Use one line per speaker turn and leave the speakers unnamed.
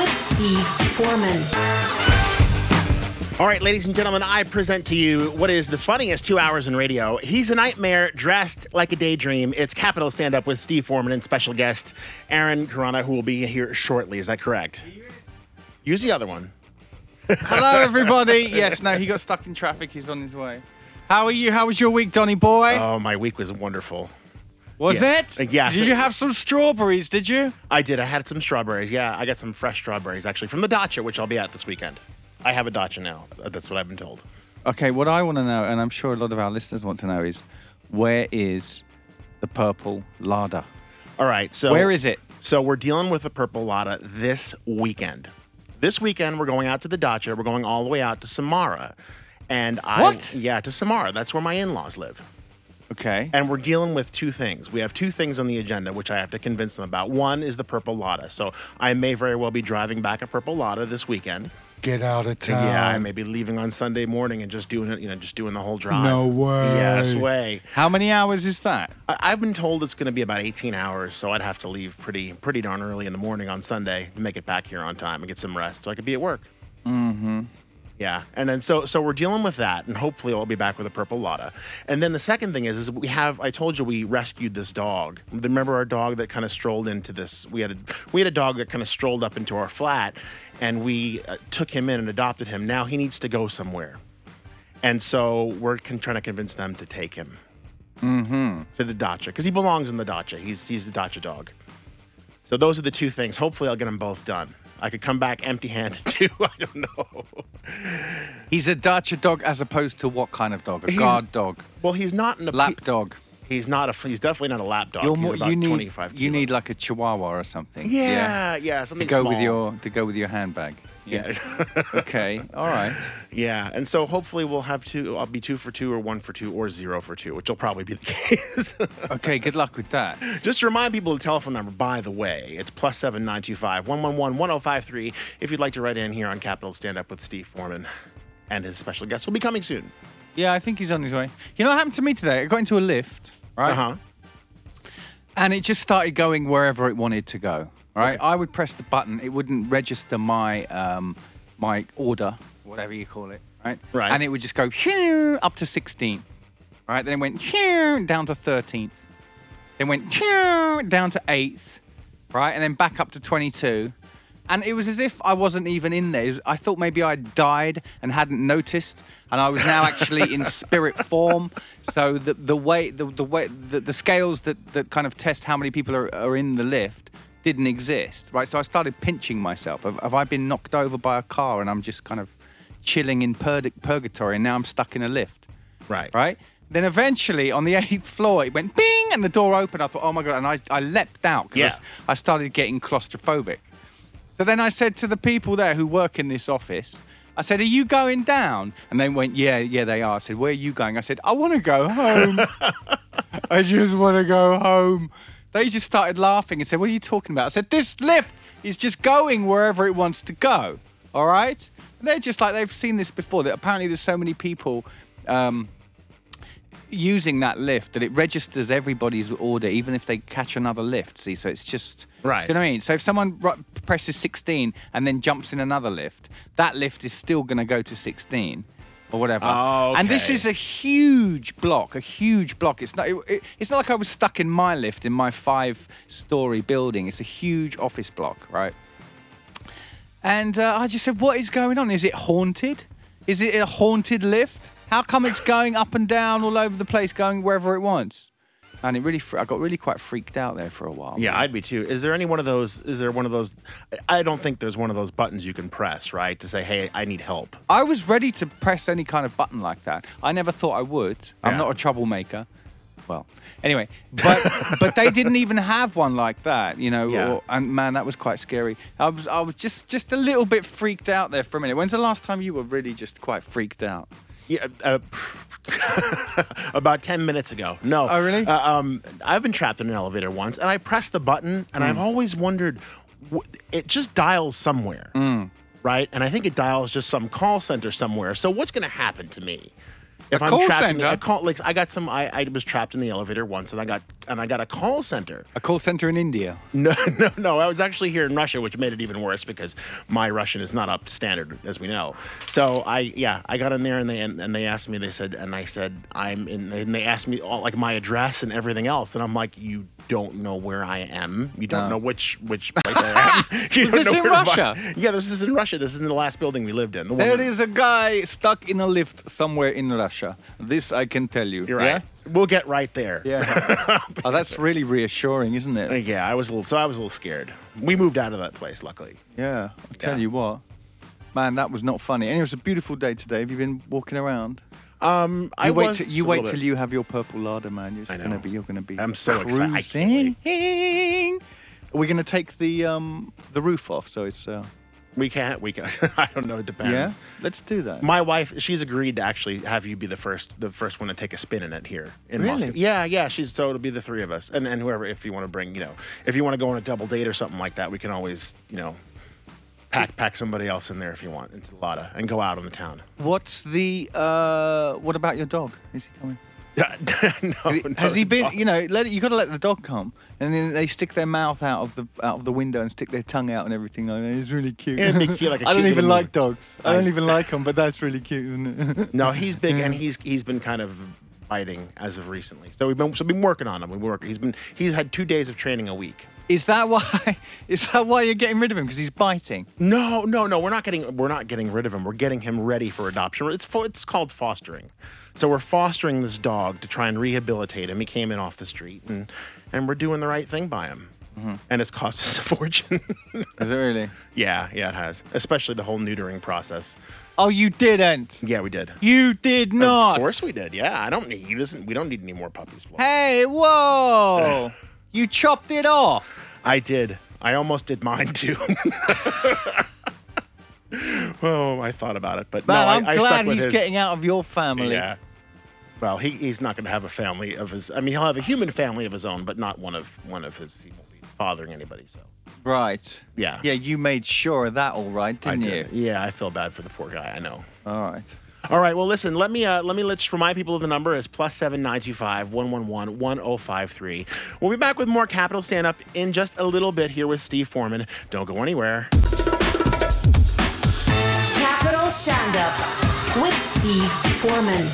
Steve Foreman.
All right, ladies and gentlemen, I present to you what is the funniest two hours in radio. He's a nightmare dressed like a daydream. It's Capital Stand Up with Steve Foreman and special guest Aaron Carana, who will be here shortly. Is that correct? Use the other one.
Hello, everybody. Yes, no, he got stuck in traffic. He's on his way. How are you? How was your week, Donny boy?
Oh, my week was wonderful.
was
yeah. Uh,
it?
yeah,
Did
so-
you have some strawberries? Did you?
I did. I had some strawberries. Yeah, I got some fresh strawberries actually from the dacha, which I'll be at this weekend. I have a dacha now. That's what I've been told.
Okay. What I want to know, and I'm sure a lot of our listeners want to know, is where is the purple larder?
All right. So
Where is it?
So we're dealing with the purple lotta this weekend. This weekend we're going out to the dacha. We're going all the way out to Samara, and I
What?
yeah to Samara. That's where my in-laws live.
Okay.
And we're dealing with two things. We have two things on the agenda which I have to convince them about. One is the purple lotta. So I may very well be driving back a purple lotta this weekend.
Get out of town.
yeah,
Uh,
I may be leaving on Sunday morning and just doing it, you know, just doing the whole drive.
No way.
Yes, way.
How many hours is that?
I- I've been told it's going to be about 18 hours, so I'd have to leave pretty pretty darn early in the morning on Sunday to make it back here on time and get some rest, so I could be at work. Mm-hmm. Yeah, and then so so we're dealing with that, and hopefully I'll be back with a purple lotta. And then the second thing is is we have I told you we rescued this dog. Remember our dog that kind of strolled into this? We had a we had a dog that kind of strolled up into our flat, and we uh, took him in and adopted him. Now he needs to go somewhere, and so we're con- trying to convince them to take him to the dacha because he belongs in the dacha. He's he's the dacha dog. So those are the two things. Hopefully, I'll get them both done. I could come back empty-handed too. I don't know.
He's a Dacha dog, as opposed to what kind of dog? A
He's-
guard dog,
Well, he's not in a
lap dog.
He's not a. He's definitely not a lap dog.
You're
he's
more-
about
you need,
25.
you
kilo.
need like a Chihuahua or something.
Yeah, yeah, something
To go with
small.
your to go with your handbag. Yeah. okay. All right.
Yeah, and so hopefully we'll have two. I'll be two for two, or one for two, or zero for two, which will probably be the case.
Okay. Good luck with that.
Just to remind people of the telephone number, by the way, it's plus seven nine two five one one one one zero five three. If you'd like to write in here on Capital Stand Up with Steve Foreman and his special guest, will be coming soon.
Yeah, I think he's on his way. You know what happened to me today? I got into a lift, right?
Uh huh.
And it just started going wherever it wanted to go. Right? I would press the button, it wouldn't register my um, my order, whatever you call it, right?
Right.
And it would just go phew, up to 16. Right? Then it went phew, down to 13th. Then went phew, down to 8th, right? And then back up to 22. And it was as if I wasn't even in there. It was- I thought maybe I died and hadn't noticed, and I was now actually in spirit form. So the the way the the way the, the scales that that kind of test how many people are, are in the lift didn't exist, right? So I started pinching myself. Have, have I been knocked over by a car and I'm just kind of chilling in purg- purgatory, and now I'm stuck in a lift?
Right.
right? Then eventually on the eighth floor, it went bing and the door opened. I thought, oh my God. And I, I leapt out because
Yeah.
I started getting claustrophobic. So then I said to the people there who work in this office, I said, are you going down? And they went, yeah, yeah, they are. I said, where are you going? I said, I want to go home. I just want to go home. They just started laughing and said, What are you talking about? I said, This lift is just going wherever it wants to go. All right? And they're just like, they've seen this before, that apparently there's so many people um, using that lift that it registers everybody's order, even if they catch another lift. See, so it's just.
Right.
Do you know what I mean? So if someone ru- presses 16 and then jumps in another lift, that lift is still going to go to 16 or whatever.
Oh,
And this
okay.
is a huge block, a huge block. It's not. It, it- it's not like I was stuck in my lift in my five-story building. It's a huge office block, right? And uh, I just said, "What is going on? Is it haunted? Is it a haunted lift? How come it's going up and down all over the place, going wherever it wants?" And it really, fr- I got really quite freaked out there for a while.
Yeah, I'd be too. Is there any one of those? Is there one of those? I don't think there's one of those buttons you can press, right, to say, "Hey, I need help."
I was ready to press any kind of button like that. I never thought I would.
Yeah.
I'm not a troublemaker. Well, anyway, but but they didn't even have one like that, you know.
Yeah.
or- and man, that was quite scary. I was I was just just a little bit freaked out there for a minute. When's the last time you were really just quite freaked out?
Yeah, uh, about ten minutes ago. No.
Oh, really?
Uh, um, I've been trapped in an elevator once, and I pressed the button, and
Hmm.
I've always wondered. wh- It just dials somewhere,
Hmm.
right? And I think it dials just some call center somewhere. So what's going to happen to me? If
A
I'm
call
trapped in
center?
the, a call, like I got some, I, I was trapped in the elevator once, and I got and I got a call center.
A call center in India.
No, no, no. I was actually here in Russia, which made it even worse because my Russian is not up to standard, as we know. So I, yeah, I got in there and they and, and they asked me. They said, and I said, I'm in. And they asked me all, like my address and everything else, and I'm like, you don't know where I am. You don't
No.
know which which place I am. You
Was
don't
this
know
in
where to find-
Russia?
Yeah, this is in Russia. This is in the last building we lived in. The one
There
that-
is a guy stuck in a lift somewhere in Russia. This I can tell you.
You're right. We'll get right there.
Yeah. Yeah. oh, that's really reassuring, isn't it?
Yeah, I was a little so I was a little scared. We moved out of that place, luckily.
Yeah, I tell
Yeah.
you what, man, that was not funny. And it was a beautiful day today. Have you been walking around?
Um,
You
I
wait.
was
till- you
a
wait
little
till
bit-
you have your purple larder, man. You're
I
just gonna
know.
be. You're gonna be.
I'm so excited. I
cruising.
can't
We're gonna take the um the roof off, so it's uh,
we can't we can I don't know, it depends.
yeah. Let's do that.
My wife, she's agreed to actually have you be the first the first one to take a spin in it here in
Really?
Moscow. Yeah, yeah, she's so it'll be the three of us. And and whoever if you want to bring, you know, if you want to go on a double date or something like that, we can always, you know, pack pack somebody else in there if you want into the Lada and go out on the town.
What's the uh? What about your dog? Is he coming?
Yeah, no, no,
Has he been?
no.
You know, let it, you got to let the dog come, and then they stick their mouth out of the out of the window and stick their tongue out and everything. Like that. It's really cute.
It'd be cute, like a
I don't
cute
even
little
like dogs.
I-
I don't even like them, but that's really cute. Isn't it?
No, he's big and he's he's been kind of biting as of recently. So we've been so we've been working on him. We work. He's been he's had two days of training a week.
Is that why? Is that why you're getting rid of him? Because he's biting.
No, no, no. We're not getting we're not getting rid of him. We're getting him ready for adoption. It's fo- it's called fostering. So we're fostering this dog to try and rehabilitate him. He came in off the street and and we're doing the right thing by him. And it's cost us a fortune.
Is it really?
yeah, yeah, it has. Especially the whole neutering process.
Oh, you didn't.
Yeah, we did.
You did not.
Of course we did. Yeah, I don't need. He doesn't. We don't need any more puppies. Flo.
Hey, whoa! you chopped it off.
I did. I almost did mine too. oh, I thought about it, but
Man,
no, I,
I'm
I stuck
glad
with
he's
his-
getting out of your family.
Yeah. Well, he, he's not going to have a family of his. I mean, he'll have a human family of his own, but not one of one of his. He won't be fathering anybody. So
Right.
yeah,
Yeah, you made sure of that all right,
I
didn't you?
did. Yeah, I feel bad for the poor guy. I know.
All right.
All right. Well, listen. Let me uh, let me let's remind people of the number is plus seven nine two five one one one one zero five three. We'll be back with more Capital Stand Up in just a little bit here with Steve Foreman. Don't go anywhere.
Capital Stand Up with Steve Foreman.